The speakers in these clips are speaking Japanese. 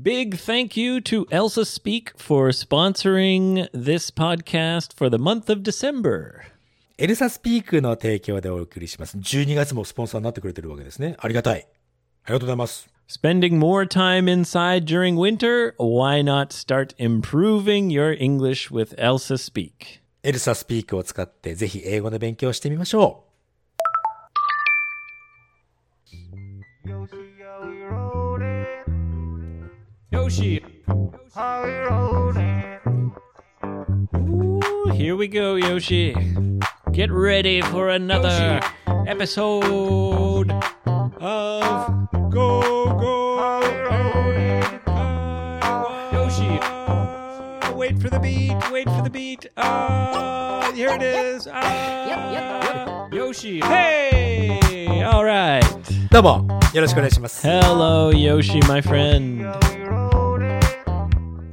Big thank you to Elsa Speak for sponsoring this podcast for the month of December. エルサスピークの提供でお送りします。12月もスポンサーになってくれてるわけですね。ありがたい。ありがとうございます。 Spending more time inside during winter? Why not start improving your English with Elsa Speak? エルサスピークを使ってぜひ英語の勉強をしてみましょう。 Yo, see how we rollin', Yoshi. how we rollin'. Ooh, here we go, Yoshi. Get ready for another episode of Go Go Yoshi. Wait for the beat. Wait for the beat. Uh, here it is. Uh, Yoshi. Hey. All right. どうも、よろしくお願いします。 Hello, Yoshi, my friend. How we rollin',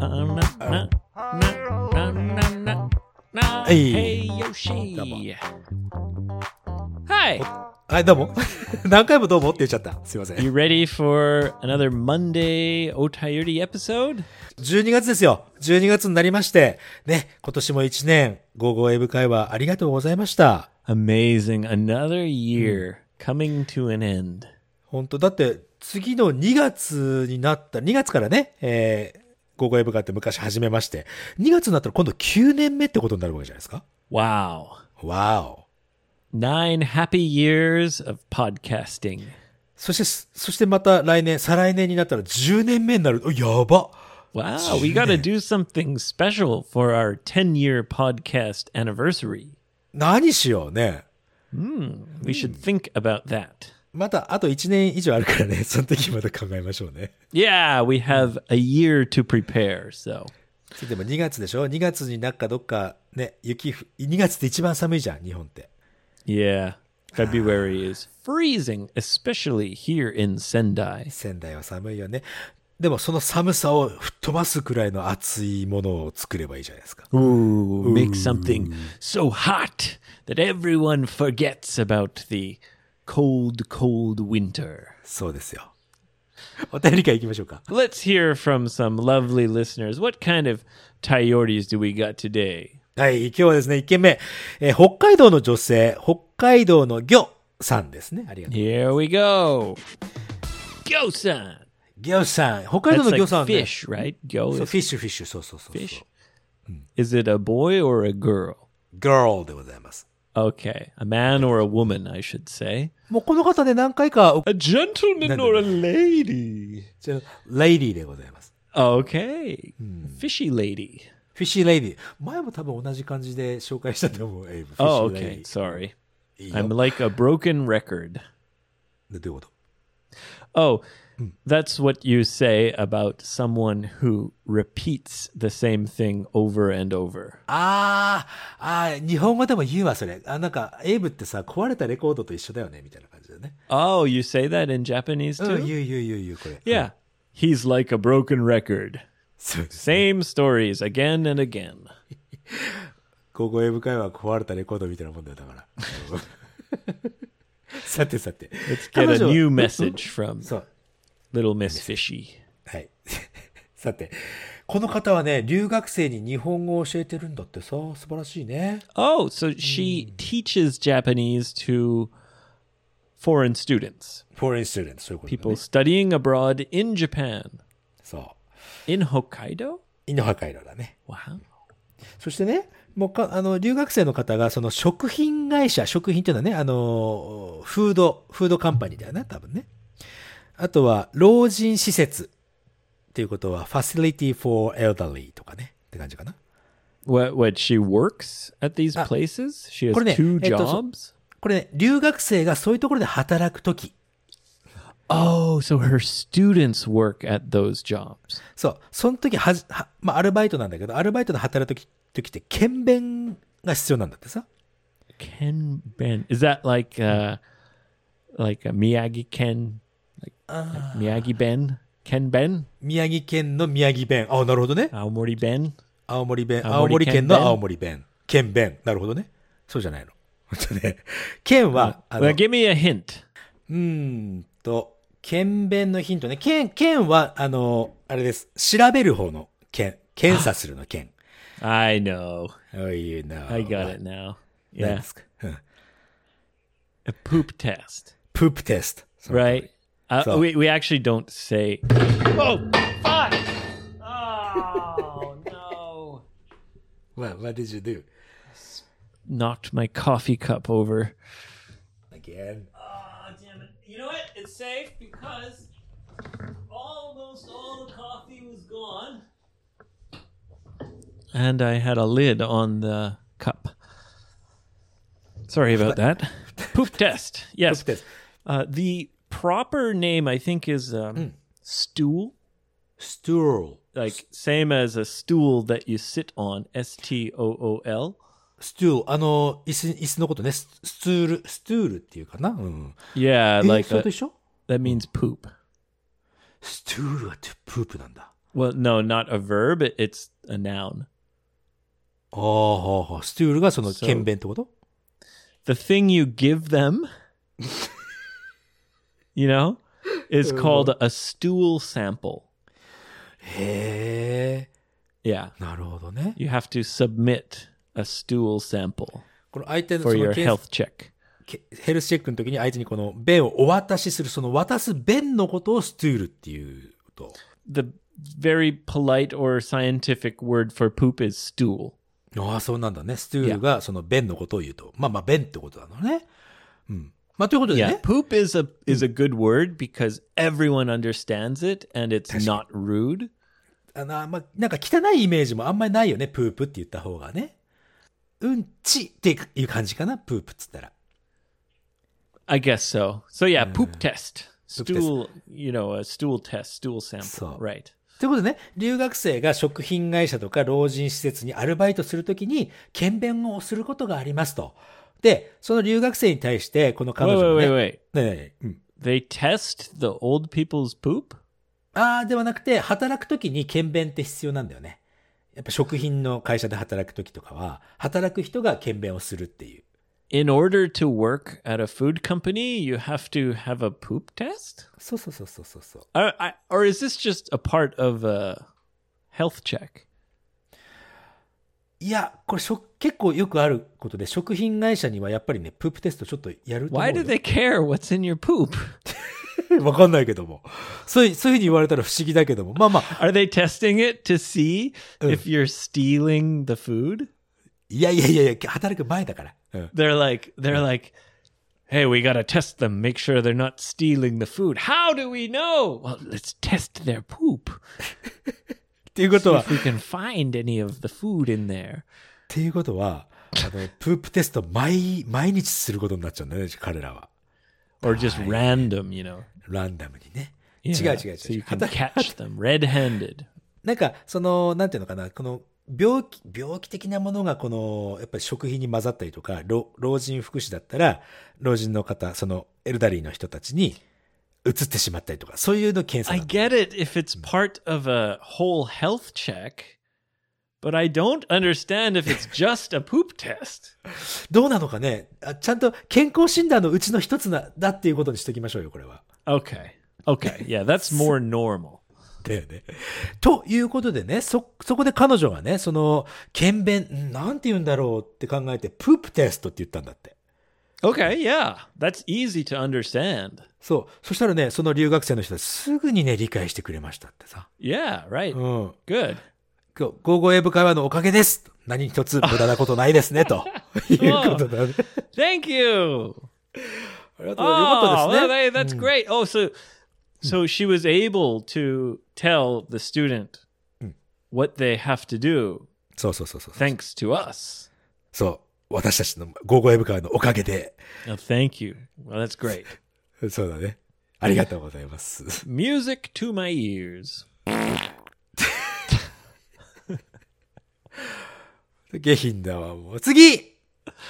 Um, na- na- na- na- na- na. Hey. Hey, Oh, Yoshi. Hi. はい、どうも。 何回もどうもって言っちゃった。すいません。 You ready for another Monday Otayuri episode? 12月ですよ。12月になりまして、ね、今年も1年、ゴーゴー英語会話ありがとうございました。 Amazing. Another year coming to an end. 本当だって、次の2月になった、2月からね、えー、ゴーゴー英語会って昔始めまして、2月になったら今度9年目ってことになるわけじゃないですか。 Wow. わお。 Nine happy years of podcasting. そしてす、そしてまた来年、再来年になったら10年目になる。おやば Wow, we got to do something special for our 10 year podcast anniversary. 何しようね。 We should think about that. また、あと1年以上あるからね、その時また考えましょうね。 Yeah, we have a year to prepare. So, それでも2月でしょ ?2 月になんかどっかね、雪ふ、2月って一番寒いじゃん、日本って。 yeah, February is freezing, especially here in Sendai. 仙台は寒いよね。でもその寒さを吹っ飛ばすくらいの熱いものを作ればいいじゃないですか。 Ooh, make something so hot that everyone forgets about the cold, cold winter. そうですよ。お便り会行きましょうか。 Let's hear from some lovely listeners. What kind of priorities do we got today? はい、今日はですね、1件目、えー北海道の女性、北海道の魚さんですね。ありがとう。 Here we go. Gyo-san. 魚さん、北海道 That's の like 魚さん、ね。 fish, right? Go そう is フィッシュ、フィッシュ、そうそうそうそう。 fish. Is it a boy or a girl? girl でございます。 Okay, a man or a woman, I should say. もうこの方ね、何回か、 A gentleman or a lady. じゃレイディーでございます。 Okay, Hmm. fishy lady. フィッシーレイディー。前も多分同じ感じで紹介したと思う、エイブ。フィッシ Oh, ュレイデ okay. ィー Sorry, いいよ I'm like a broken record. でどういうこと Oh, that's what you say about someone who repeats the same thing over and over. あーあー、日本語でも言うわ、それ。あ、なんか、エイブってさ、壊れたレコードと一緒だよね、みたいな感じだよね。 Oh, you say that in Japanese うん、言う too? 言う言う言う、これ。 Yeah. He's like a broken record. そうです。 Same stories again and again. 高校英語会話壊れたレコードみたいなもんだよ、だから。 さてさて。 Get 彼 a 女 new message from そう。 Little Miss Fishy. はい。 さて。この方はね、留学生に日本語を教えてるんだってさ、素晴らしいね。 Oh, so she teaches Japanese to foreign students, フォーレンス u レント、そういうことだ people ね。 studying abroad in Japan, そう。 in Hokkaido. イノハカイロだね。 Wow. そしてね、もうか、あの、留学生の方が、その食品会社、食品っていうのはね、あの、フード、フードカンパニーだよね、多分ね。あとは、老人施設っていうことは、facility for elderly とかね、って感じかな。 What? What? She works at these places. She has これね、 two えっと、そ- jobs. これね、留学生がそういうところで働くとき、 Oh, so her students work at those jobs. そう、その時はじ、は、まあ、アルバイトなんだけど、アルバイトで働くとき、時って、検便が必要なんだってさ。 Ken Ben is that like uh, like a Miyagi Ken, like, like Miyagi Ben, Ken Ben, 宮城県の宮城弁。あ、なるほどね。 Aomori Ben. 青森弁、青青森森県県の弁青森弁。県弁。なるほどね。そうじゃ ないの。本当ね。県は、あの Well, give me a hint. うーんと、検便のヒントね。検、検は、あの、あれです。調べる方の検。検査するの検。 I know. Oh, you know. I got it now. 何 Yeah. ですか、うん A poop test. ?poop test. Right? Uh, So- we, we actually don't say. Oh, fuck! Oh, no. What, what did you do? Knocked my coffee cup over. Again. Oh, damn it. You know what? It's safe because almost all the coffee was gone. And I had a lid on the cup. Sorry about that. Poof test. Yes. poop test. Uh, the proper name, I think, is um, Hmm. stool. stool. like same as a stool that you sit on S T O O L stool. あの、椅子、椅子のことね。スストゥール、ストゥールっていうかな。うん。 yeah え like それ a, と一緒 that means poop ストゥールはトゥプープなんだ。 well no not a verb it, it's a noun ああ、はあはあストゥールがその、 So- 検便ってこと the thing you give them you know is called a stool sample へえ。 yeah なるほどね。 you have to submit a stool sample この相手の for そ your の検 health check けヘルスチェックの時に相手にこの便をお渡しする、その渡す便のことをストゥールっていうと。 the very polite or scientific word for poop is stool ああ、そうなんだね。ストゥールがその便のことを言うと。まあまあ、便ってことなのね。うん。まあ、ということで Yeah, ね。 poop is a is a good word because everyone understands it and it's not rude. あの、まあ、なんか汚いイメージもあんまりないよね。プープって言った方がね。うんちっていう感じかな。プープっつったら。 I guess so. So yeah, poop test. Poop test. Stool, you know, a stool test, stool sample, So- right? ということでね、留学生が食品会社とか老人施設にアルバイトするときに、検便をすることがありますと。で、その留学生に対して、この彼 Wait, 女 wait, も wait, wait. ね、ねえねえうん、 They test the old people's poop? ああ、ではなくて、働くときに検便って必要なんだよね。やっぱ食品の会社で働くときとかは、働く人が検便をするっていう。 In order to work at a food company, you have to have a poop test? そうそうそうそうそうそう。 Or, I, or is this just a part of a health check? いや、これ食、結構よくあることで、食品会社にはやっぱりね、プープテストちょっとやると思 Why う do よ。 they care what's in your poop? わかんないけども。そういう、そういうふうに言われたら不思議だけども。まあまあ、 Are they testing it to see if you're stealing the food? いやいやいやいや、働く前だから。うん。 They're like they're like, "Hey, we got to test them, make sure they're not stealing the food." How do we know? Well, let's test their poop. っていうことは、っ If we can find any of the food in there. ていうことは、あの、プープテスト毎、毎日することになっちゃうんだよね、彼らは。 Or just random, you know. ランダムにね。違 Yeah, う違う違う。 So you can 働 catch them red-handed. なんか、その、なんていうのかな、この、病気、病気的なものが、この、やっぱり食品に混ざったりとか、老老人福祉だったら、老人の方、その、エルダリーの人たちに、移ってしまったりとか、そういうの検査 I なんだ get it if it's part of a whole health check, but I don't understand if it's just a poop test. どうなのかねあちゃんと健康診断のうちの一つな、だっていうことにしておきましょうよ、これは。 Okay. Okay. Yeah, that's more normal. だよね。ということでね、そ、そこで彼女がね、その、検便、んなんて言うんだろうって考えて、プープテストって言ったんだって。 Okay. Yeah, that's easy to understand. そう。そしたらね、その留学生の人はすぐにね、理解してくれましたってさ。 Yeah. Right. うん。 Good. 今日、ゴーゴー英語会話のおかげです。何一つ無駄なことないですね、 ということだね。 Thank you. ありがとう。よ Oh, かった well, で hey, that's すね。 great. Oh, so so she was able to tell the student what they have to do そうそうそうそう。 thanks to us. そう。私たちのゴーゴー英語会話のおかげで。 Now, thank you. Well, that's great. そうだね。ありがとうございます。 Music to my ears. 下品だわ、もう。次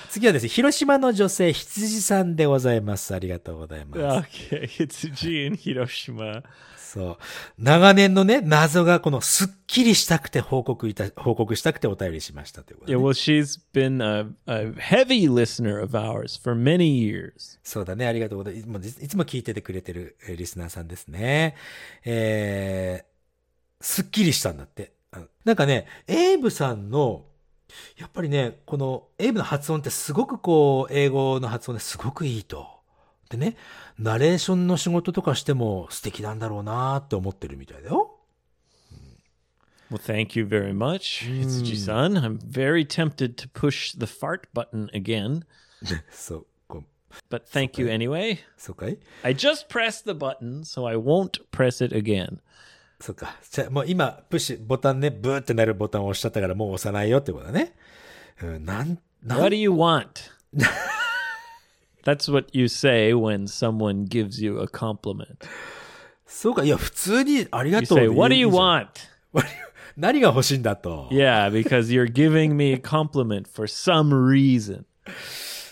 次はですね、広島の女性、羊さんでございます。ありがとうございます。 Okay, it's G in Hiroshima. そう。長年のね、謎がこの、すっきりしたくて報告いた、報告したくてお便りしましたということで Yeah, ね、 well, she's been a, a heavy listener of ours for many years. そうだね、ありがとうございます。もういついつも聞いててくれてるえーリスナーさんですね。えー、すっきりしたんだって。うんなんかね、エイブさんの、やっぱりね、このエイブの発音ってすごくこう、英語の発音ですごくいいと。でね、ナレーションの仕事とかしても素敵なんだろうなーって思ってるみたいだよ。 Well, thank you very much, Hitsuji-san. I'm very tempted to push the fart button again, そう、こう but thank you anyway. そうかい I just pressed the button, so I won't press it again. そうか。じゃあもう今、プッシュ、ボタンね、ブーってなるボタンを押しちゃったからもう押さないよってことだね。うん、なん、なん What do you want? That's what you say when someone gives you a compliment. そうか、いや、普通にありが You とうで say, 言う。 What do you いいじゃん want? What do you- 何が欲しいんだと。 Yeah, because you're giving me a compliment for some reason.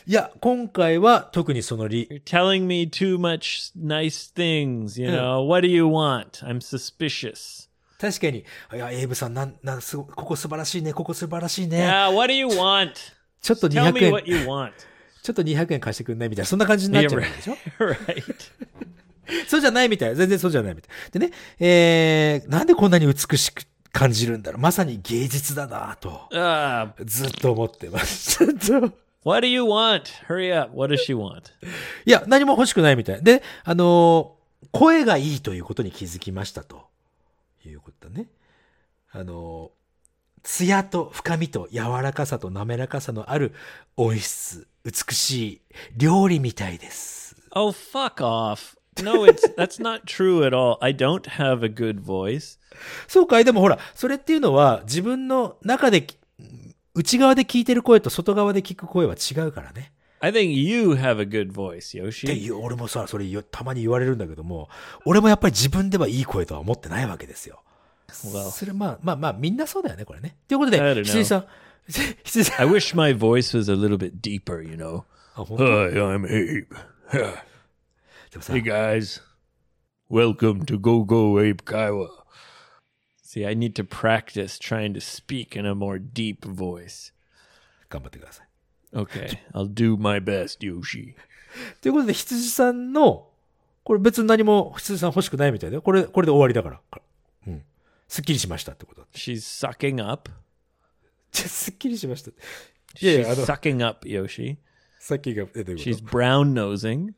いや、今回は特にその理、 You're telling me too much nice things, you know. What do you want? I'm suspicious. 確かに、いや、エイブさん、なん、なん、すごここ素晴らしいね、ここ素晴らしいね。 Yeah, what do you want? ちょっと Tell 200 me 円、 what you want. ちょっと200円貸してくんないみたいな、そんな感じになっちゃうわけでしょ right. そうじゃないみたい。全然そうじゃないみたい。でね、えー、なんでこんなに美しく感じるんだろう。まさに芸術だなと、 Uh, ずっと思ってます。ちょっと what do you want? Hurry up. What does she want? いや、何も欲しくないみたい。で、あのー声がいいということに気づきましたと。いうことだね。あのー、艶と深みと柔らかさと滑らかさのある音質、美しい料理みたいです。 Oh, fuck off. No, it's that's not true at all. I don't have a good voice. そうかいでもほら、それっていうのは自分の中で、内側で聞いてる声と外側で聞く声は違うからね。 I think you have a good voice, って Yoshi. いう俺もさ、それよたまに言われるんだけども、俺もやっぱり自分ではいい声とは思ってないわけですよ。 Well. それまあまあまあみんなそうだよね、これね。ということ I don't で、know. 羊さん、 羊さん、 I wish my voice was a little bit deeper, you know. あ本当 Hi, I'm Abe. でもさ Hey guys, welcome to Go Go Abe Kaiwa. See, I need to practice trying to speak in a more deep voice. 頑張ってください。 Okay, I'll Do do. my best, Yoshi. ということで、羊さんの、これ別に何も羊さん欲しくないみたいだよ。これ、これで終わりだから。うん。すっきりしましたって こと。 She's sucking up. じゃすっきりしました。いやい She's や、あの、 sucking up, Yoshi. さっきが、え、どういう She's こ brown nosing. と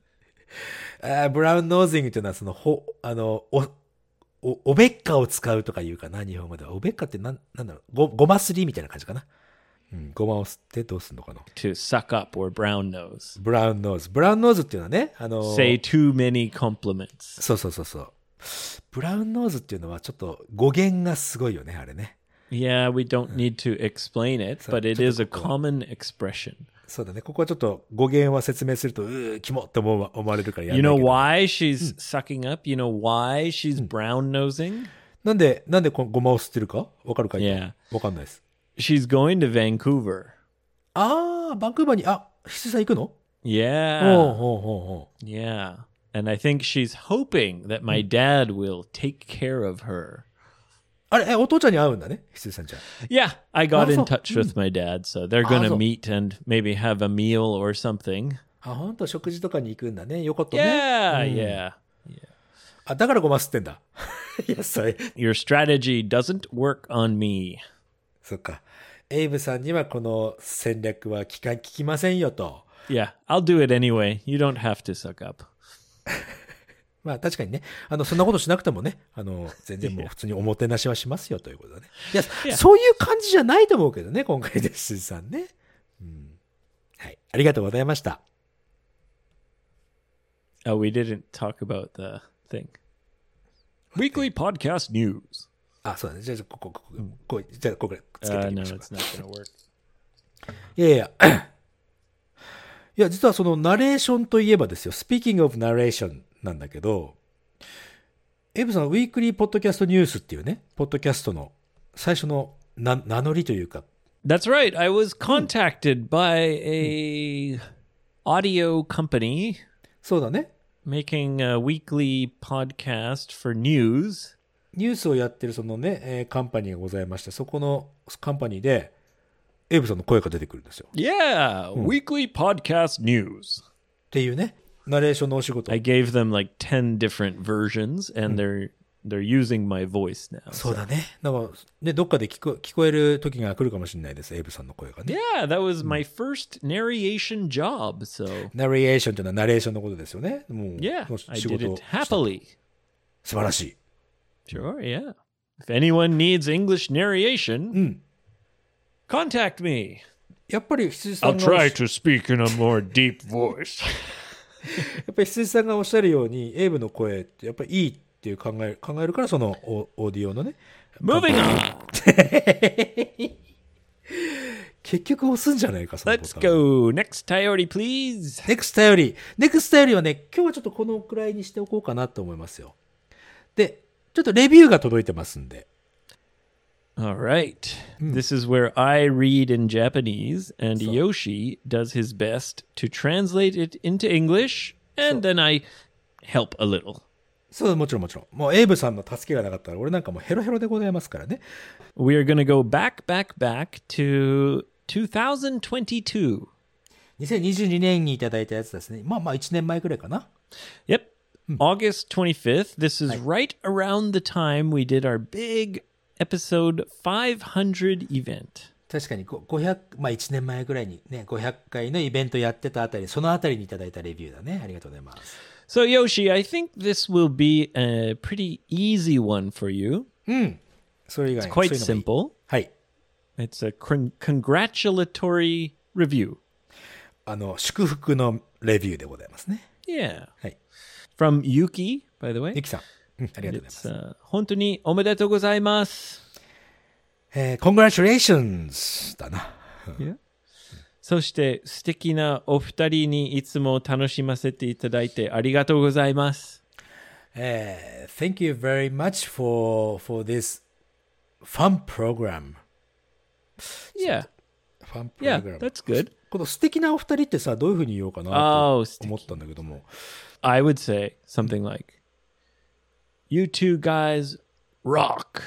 あーブラウンノーズイングっていうのは、その、ほ、あの、お、お、おべっかを使うとか言うかな、日本語では。おべっかってなん、なんだろう、ご、ごますりみたいな感じかな。うん、ごまを吸ってどうすんのかな。 To suck up or brown nose. ブラウンノーズ。ブラウンノーズっていうのはね、あの、Oh. Say too many compliments. そうそうそうそう。ブラウンノーズっていうのはちょっと語源がすごいよね、あれね。 Yeah, we don't need to explain it, but it is a common expression. そうだね。ここはちょっと語源は説明すると、うー、キモって思わ思われるからや You んな know いけど。 why she's sucking up? You know why she's brown nosing? なんで、なんでこのごまを吸ってるかわかるか今 Yeah. わかんないです。 She's going to Vancouver. あー、バンクーバーに、あ、羊さん行くのおう Yeah. ほうほうほう。 Yeah. And I think she's hoping that my dad will take care of her. あれ、え、お父ちゃんに会うんだね、羊さんじゃん。 Yeah, I got in Also- touch with my dad, so they're going to Also- meet and maybe have a meal or something. あ、ほんと食事とかに行くんだね。よかったね。 Yeah, yeah. あ、だからごま吸ってんだ。 いや、それ、 Your strategy doesn't work on me. そっか。エイブさんにはこの戦略は聞か、聞きませんよと。 Yeah, I'll do it anyway. You don't have to suck up. まあ確かにね、あの、そんなことしなくてもね、あの、全然もう普通におもてなしはしますよということだね。いや、そういう感じじゃないと思うけどね、今回で辻さんね。うん。はい。ありがとうございました。 Oh, we didn't talk about the thing. Weekly podcast news. あ、そうだね。じゃあ、ここ、ここ、こう、じゃあ、ここ、つけて Uh, み no, ましょうか it's not going to work. いやい や。いや、実はそのナレーションといえばですよ。speaking of narration なんだけど、エブさん、ウィークリーポッドキャストニュースっていうね、ポッドキャストの最初のな名乗りというか、 That's right. I was contacted by a audio company そうだね。 making a weekly podcast for news. ニュースをやってるそのね、えーカンパニーがございまして、そこのカンパニーで、エイブさんの声が出てくるんですよ。っ Yeah, weekly podcast news. ていうね、ナレーションのお仕事 I。gave them like 10 different versions and they're they're using my voice now. そうだね。なんか、ね、どっかで聞こ聞こえる時が来るかもしれないです、エイブさんの声がね。 Yeah, that was my first narration job. So, ナレーションというのはナレーションのことですよね。もう、 yeah, もう I 仕 did 事を it happily. 素晴らしい。 Sure, yeah. If anyone needs English narration, Hmm. contact me. やっぱり羊さ I'll んが、 try や to speak in a more deep voice. っぱり羊さんがおっしゃるように、エイブの声ってやっぱりいいっていう考え、考えるから、そのオオーディオのね、 Moving on. 結局押すんじゃないか、そのボ Let's タン go. Next priority, please. ネクスタより、ネクスタよりはね、今日はちょっとこのくらいにしておこうかなと思いますよ。で、ちょっとレビューが届いてますんで。 All right. Hmm. This is where I read in Japanese and Yoshi does his best to translate it into English and then I help a little. そう、もちろんもちろん。もうエイブさんの助けがなかったら、俺なんかもうヘロヘロでございますからね。 We are going to go back, back, back to 2022. 2022年にいただいたやつですね。まあまあ1年前くらいかな。 Yep. August 25th. This is right around the time we did our big episode 500 event. 確かにご500、まあ1年前くらいにね、500回のイベントやってたあたり、そのあたりにいただいたレビューだね。ありがとうございます。 So, Yoshi, I think this will be a pretty easy one for you. それ以外 Quite にそういうのもいい simple. はい。 It's a con- congratulatory review. あの、祝福のレビューでございますね。 Yeah. はい。 From Yuki, by the way. ゆきさん。うん、ありがとうございます。 It's uh, 本当におめでとうございます。えー、congratulations! だな。そして素敵なお二人にいつも楽しませていただいてありがとうございます。えー thank you very much for, for this fun program. Yeah, Fun yeah, program. that's good. この素敵なお二人ってさ、どういうふうに言おうかなと Oh, 素敵思ったんだけども。 I would say something like, You two guys rock.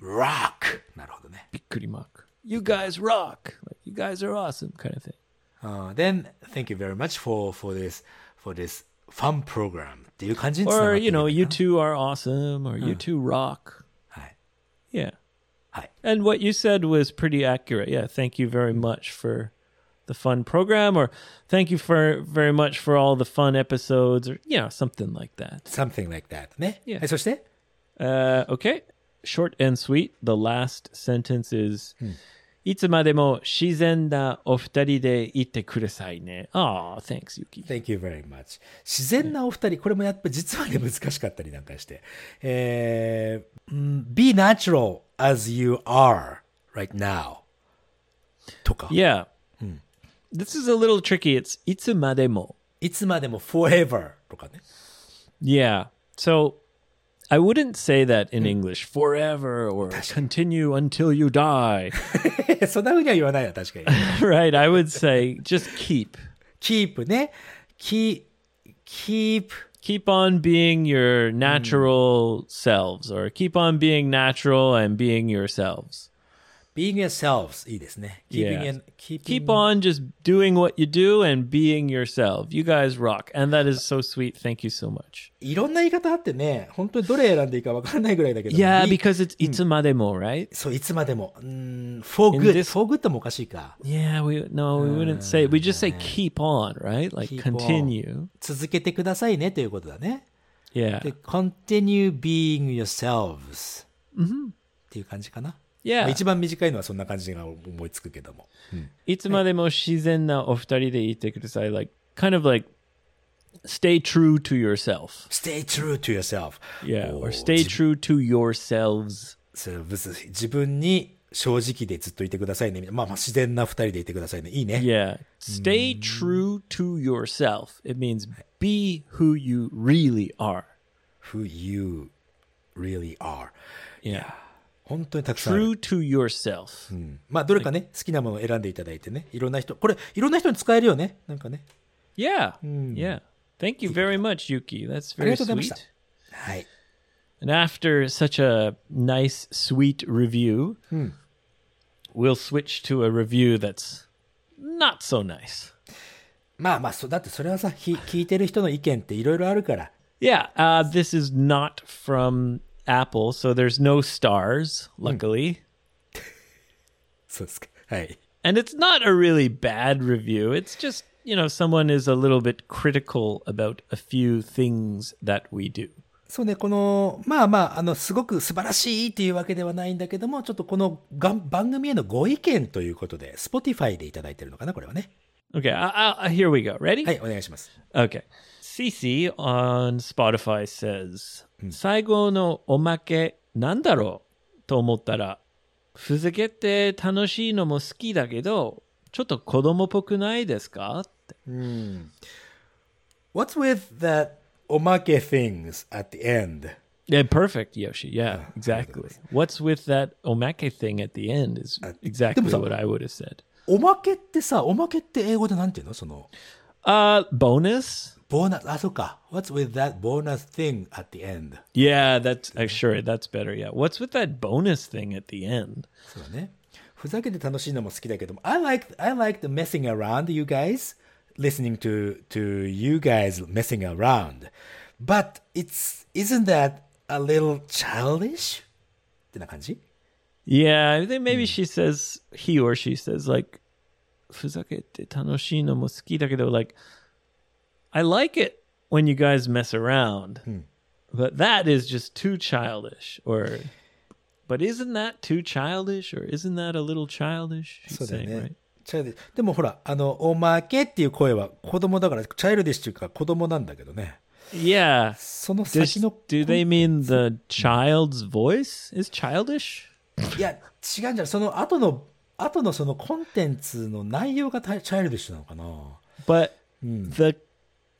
rock! なるほどね。びっくりマーク。You guys rock. Like, you guys are awesome kind of thing. あー then, thank you very much for, for this, for this fun program っていう感じにつながっ Or, てい you けば know, いい you two are awesome or you two rock. はい。 Yeah. Hi. And what you said was pretty accurate. Yeah, thank you very much for the fun program, or thank you for very much for all the fun episodes, or yeah, something like that. something like that ね。 Yeah. はい、そして Uh, okay, short and sweet. The last sentence is. いつまでも自然なお二人でいてくださいね。Oh, thanks, Yuki. Thank you very much. 自然なお二人、これもやっぱ実はね、難しかったりなんかして。えー、うん be natural as you are right now. とか、 Yeah. This is a little tricky. It's いつまでも。いつまでも forever とかね。 Yeah. So I wouldn't say that in English forever or continue until you die. そんな風には言わないな、確かに。 right. I would say just keep. keep ね。keep, keep, Keep on being your natural selves or keep on being natural and being yourselves. being yourselves. いいですね。keeping, Yeah. and, Keep keeping on just doing what you do and being yourself. You guys rock. And that is so sweet. Thank you so much. いろんな言い方あってね、本当にどれ選んでいいか分からないぐらいだけど。 Yeah, be- because it's itsumademo, right? そう、いつまでも。うん for In good. this- for good もおかしいか。 Yeah, we no, we wouldn't say we just say keep Ah. on, right? Like Keep on. continue. 続けてくださいねということだね。 Yeah. で、continue being yourselves、っていう感じかな。まあ Yeah. 一番短いのはそんな感じが思いつくけども。いつまでも自然なお二人でいてください。Like kind of like stay true to yourself. stay true to yourself. Yeah. Or お stay true to yourselves. そう自自分に正直でずっといてくださいね。まあまあ自然な二人でいてくださいね。いいね。 Yeah. Stay true to yourself. It means be who you really are. Who you really are. Yeah. 本当にたくさんある True to yourself. うんまあ、どれかね、好きなものを選んでいただいてね、いろんな人、これ、いろんな人に使えるよね、なんかね。 Yeah. Yeah. Thank you very much, Yuki. That's very ありがとうございました。 sweet. はい。 And after such a nice, sweet review, we'll switch to a review that's not so nice. まあまあ、そだってそれはさ、ひ聞いてる人の意見っていろいろあるから、 Yeah, uh, this is not from Apple, so there's no stars, luckily. そうですか。はい。 And it's not a really bad review. It's just, you know, someone is a little bit critical about a few things that we do. そうね、この、まあまあ、あの、すごく素晴らしいっていうわけではないんだけども、ちょっとこのがん番組へのご意見ということで、Spotify でいただいてるのかな、これはね。 Okay, I, I, here we go. Ready? はい、お願いします。 Okay. CC on Spotify says, 最後のおまけなんだろうと思ったら、ふざけて楽しいのも好きだけど、ちょっと子供っぽくないですか What's with that おまけ things at the end? Yeah, perfect, Yoshi. Yeah, exactly. What's with that omake thing at the end is exactly でもさ- what I would have said. おまけってさ、おまけって英語でなんていうのその、 Uh, bonus? ボーナス、あ、そっか。What's with that bonus thing at the end? Yeah, that's uh, sure. That's better. Yeah. What's with that bonus thing at the end? そうだね。ふざけて楽しいのも好きだけども、I like, I like the messing around you guys, listening to, to you guys messing around. But it's, isn't that a little childish? ってな感じ Yeah, I think maybe she says he or she says like "ふざけて楽しいのも好きだけど," like I like it when you guys mess around. But that is just too childish or but isn't that too childish or isn't that a little childish? She's そうだ saying, よね right?。チャイルディでもほら、あの、おまけっていう声は子供だから、チャイルディッシュというか子供なんだけどね。 Yeah. その Does, 先の、 do they mean the child's voice is childish? いや、違うんじゃないその後の、後のそのコンテンツの内容がタイチャイルディッシュなのかな but the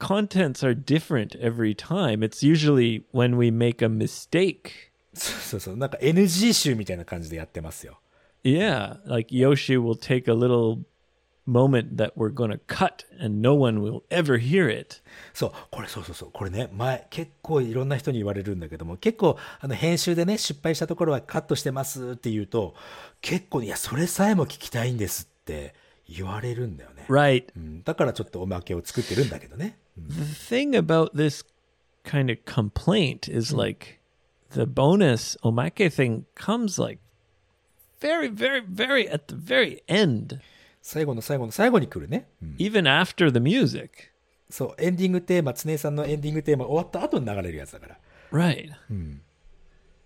contents are different every time. It's usually when we make a mistake. そうそうそう、なんか NG 集みたいな感じでやってますよ。 Yeah, like Yoshi will take a little moment that we're going to cut and no one will ever hear it. そう、これそうそうそう、これね、前、結構いろんな人に言われるんだけども、結構、あの、編集でね、失敗したところはカットしてますって言うと、結構、いや、それさえも聞きたいんですって言われるんだよね。 Right. うん、だからちょっとおまけを作ってるんだけどね。 The thing about this kind of complaint is like the bonus omake thing comes like very very very at the very end 最後の最後の最後に来るね。 even after the music. そう、エンディングテーマ、常江さんのエンディングテーマ終わった後に流れるやつだから。 Right.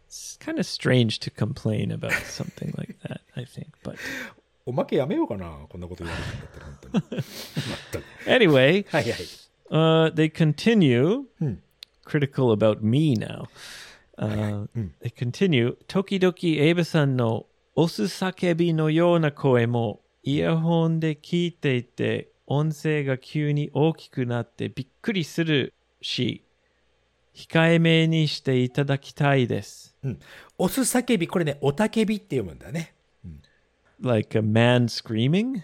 It's kind of strange to complain about something like that, I think. But おまけやめようかな、こんなこと言われるんだったら、本当に。全く。 anyway, はいはい。 uh, they continue. Critical about me now. Uh, they continue. Tokidoki Abe-san no osusakebi no yona koe mo イヤホンで聞いていて音声が急に大きくなってびっくりするし控えめにしていただきたいです。Hmm. おす叫び、これね、おたけびって読むんだね。 Like a man screaming?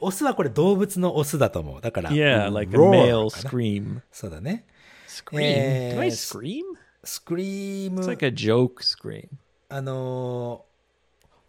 オスはこれ動物のオスだと思う。だから、 Yeah, うん like a ローなの male かな scream. そうだね。 Scream? Do I Yes. scream? スクリ It's ーム like、a joke scream. あのー、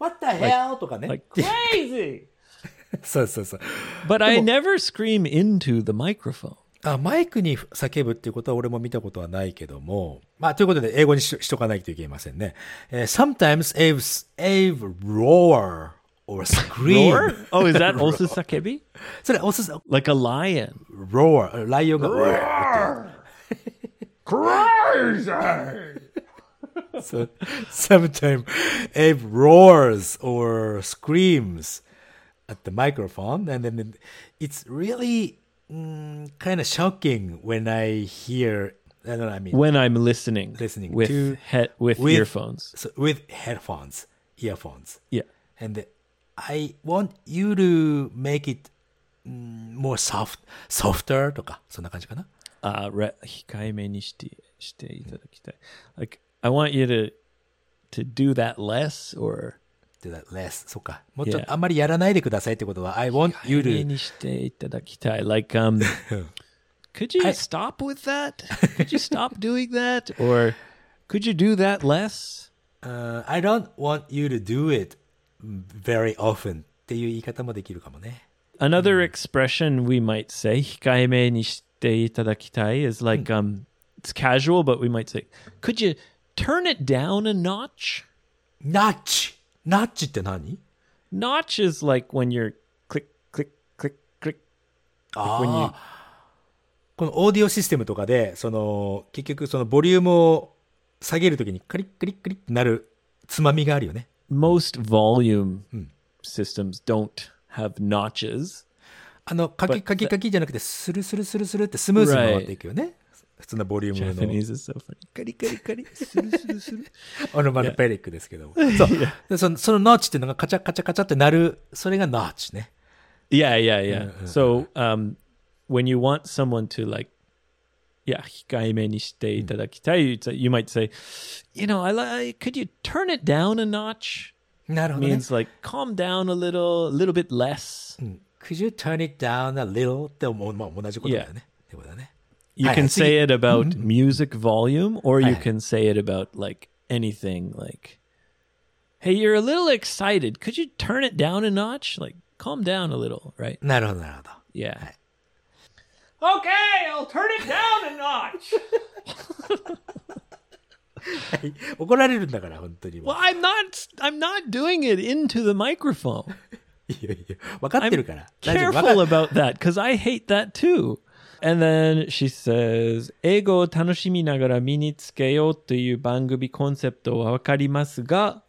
What the hell? とかね。 Like crazy! そうそうそう。 But I never scream into the microphone. あ、マイクに叫ぶっていうことは俺も見たことはないけども。まあ、ということで、英語にししとかないといけませんね。えー sometimes Abe's, Abe roar or scream. Roar? Oh, is that also sakebi? それ、オス、roar Like a lion.、ライオンが、 Crazy! So, sometimes Abe roars or screams at the microphone, and then it's really mm, kind of shocking when I hear. I don't know. I mean, When I'm listening, Listening with, to- he- with, with- earphones. so with headphones, earphones, Yeah. and I want you to make it mm, more soft, softer, とかそんな感じかな。 Uh, re- 控えめにして-していただきたい. Like, I want you to to do that less or do that less. そっか。もうちょっ Yeah. とあんまりやらないでくださいってことは、I want you 早め to. にしていただきたい like um could you stop with that could you stop doing that or could you do that less Uh, I don't want you to do it very often っていう言い方もできるかもね。 another expression we might say 控えめにしていただきたい is like um it's casual but we might say could you turn it down a notch notch! notch って何 notch is like when you're click click click click ああ。このオーディオシステムとかで、その、結局そのボリュームを下げるときにカリッカリッカリッってなるつまみがあるよね。 most volume systems don't have notches あの、カキ But カキカキじゃなくて、スルスルスルスルってスムーズに回っていくよね。普通のボリュームの Japanese is so funny カリカリカリ、スルスルスル。オノマトペリックですけども。そう。でその、そのノッチっていうのがカチャカチャカチャってなる、それがノッチね。 Yeah, yeah, yeah. So, um, when you want someone to like, yeah, Hmm. 控えめにしていただきたい, you'd say- you might say, you know, I like, could you turn it down a notch? なるほど、ね。 Means like calm down a little, a little bit less. Could you turn it down a little? ってもう、まあ、同じことだよね。ってことだね。 You I- I can think say it about music volume, or you I- can say it about like anything. Like, hey, you're a little excited. Could you turn it down a notch? Like, calm down a little, right? なるほど、なるほど。 Yeah. Okay, I'll turn it down a notch. 怒られるんだから、本当に も Well, う。 I'm not. I'm not doing it into the microphone. いやいや、分かってるから。大丈夫 Careful わか about that, because I hate that too. And then she says, 英語を楽しみながら身につけようという番組コンセプトはわかりますが、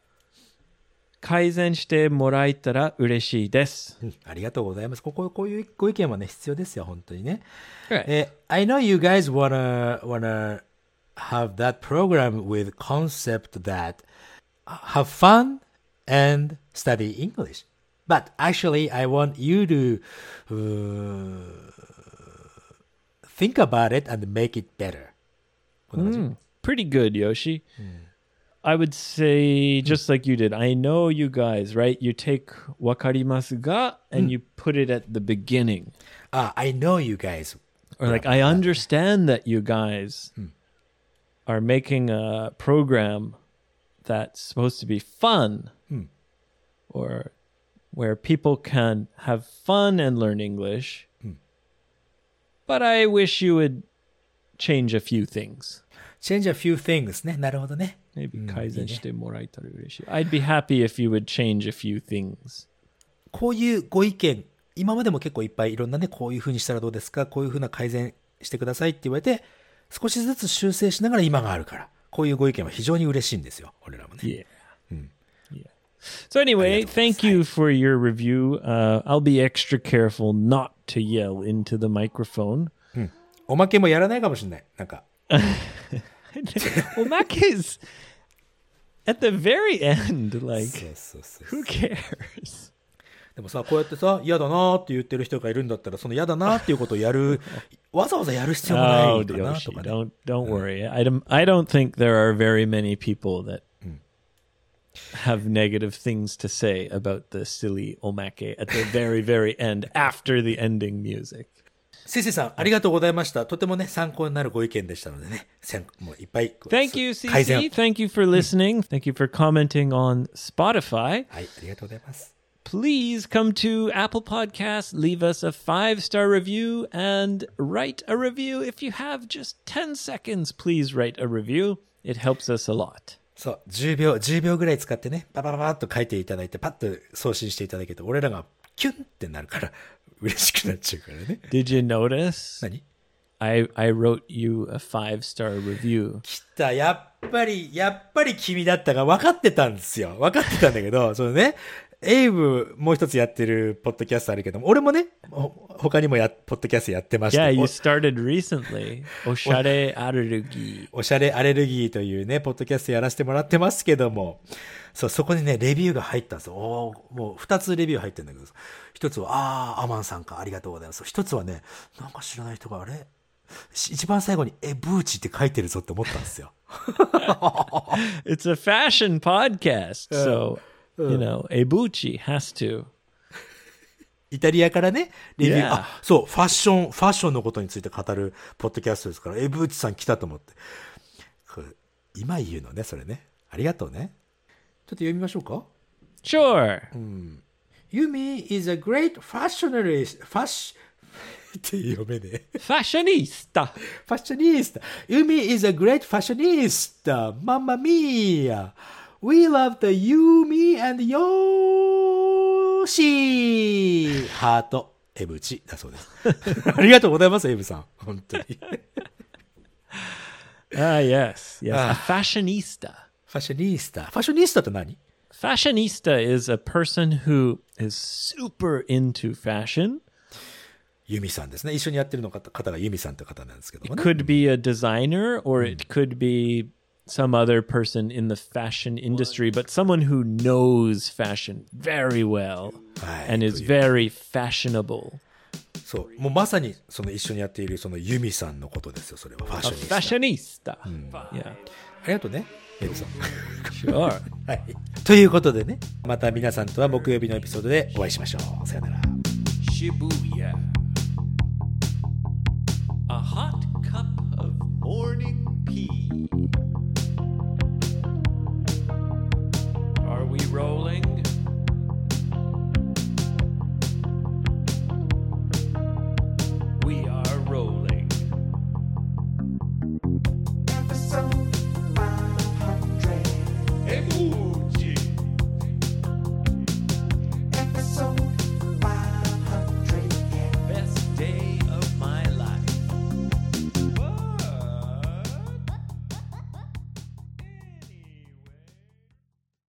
改善してもらえたら嬉しいです。うんありがとうございます。ここ、こういうご意見はね、必要ですよ、本当にね。 Right. え、I Eh, know you guys wanna, wanna have that program with concept that have fun and study English. But actually, I want you to uh, think about it and make it better. こんな感じ Pretty good, Yoshi. Hmm. I would say, just like you did, I know you guys, right? You take わかりますが and you put it at the beginning. あ、I Ah, know you guys. or like I understand that you guys are making a program that's supposed to be fun or where people can have fun and learn English. But I wish you would change a few things. Change a few things ね。なるほどね。 Maybe kaizen shite moraitaru ureshi- I'd be happy if you would change a few things. こういうご意見、今までも結構いっぱいいろんなね、こういう風にしたらどうですか、こういう風な改善してくださいって言われて、少しずつ修正しながら今があるから、こういうご意見は非常に嬉しいんですよ、俺らもね。 Yeah. Yeah. So anyway, thank you for your review. Uh, I'll be extra careful not to yell into the microphone. おまけもやらないかもしれない。なんか、 well, Mac is at the very end. そ Like, うそうそうそう。 who cares? でもさ、こうやってさ、嫌だなーって言ってる人がいるんだったら、その嫌だなーっていうことをやる、 わざわざやる 必要もない Oh, のかな Yoshi, とかね。 don't don't worry. I don't I don't think there are very many people that have negative things to say about the silly omake at the very very end after the ending music. せいせいさん、ありがとうございました。とてもね、参考になるご意見でしたのでね、せんもういっぱい。 Thank you, 改善を CC. Thank you for listening. Thank you for commenting on Spotify. はい、ありがとうございます。 Please come to Apple Podcasts, leave us a five star review, and write a review. If you have just 10 seconds, please write a review. It helps us a lot. そう、10秒、10秒ぐらい使ってね、パパパパッと書いていただいて、パッと送信していただけると、俺らがキュンってなるから、 嬉しくなっちゃうから ね。 Did you notice? 何 I, I wrote you a five star review. 来た、やっぱり、やっぱり君だったが分かってたんですよ。分かってたんだけど、 そのね、エイブ、もう一つやってるポッドキャストあるけども、俺もね、ほ他にもや、ポッドキャストやってました。 Yeah, you started recently. Oshare Arurugi. おしゃれアレルギーというね、ポッドキャストやらせてもらってますけども、そう、そこにね、レビューが入ったんですよ。おーもう二つレビュー入ってるんだけど、一つは、あー、アマンさんか、ありがとうございます。一つは ね、なんか知らない人が、あれし一番最後に、え、ブーチって書いてるぞって思ったんですよ。 It's a fashion podcast, so you know, Ebuchi has to. イタリアからね、レビュー、 Yeah. あ、そう、ファッション、ファッションのことについて語るポッドキャストですから、エブーチさん来たと思って。これ今言うのね、それね。ありがとうね。ちょっと読みましょうか。 Sure. Yumi is a great fashionist, fash, って読めね え。 Fashionista. ファッショニスタ。Yumi is a great fashionista. Mamma mia. We love the Yumi and Yoshi. ハート、エブチだそうです。 ありがとうございます、エブさん。本当に。 フ Ah, yes. Yes. A fashionista. ァッショニスタ。ファッショニスタって何 Fashionista is a person who is super into fashion. ユミさんですね。一緒にやってるの方方がユミさんという方なんですけどもね。 Could be a designer or it could be some other person in the fashion industry, but someone who knows fashion very well はい and is という very fashionable. そう。もうまさに、その一緒にやっている、そのユミさんのことですよ、それは。ファッ A ショニスタ。 fashionista. Yeah. ありがとうね、エブさん。 Sure. はい。ということでね、また皆さんとは木曜日のエピソードでお会いしましょう。さよなら。 Shibuya. A hot cup of morning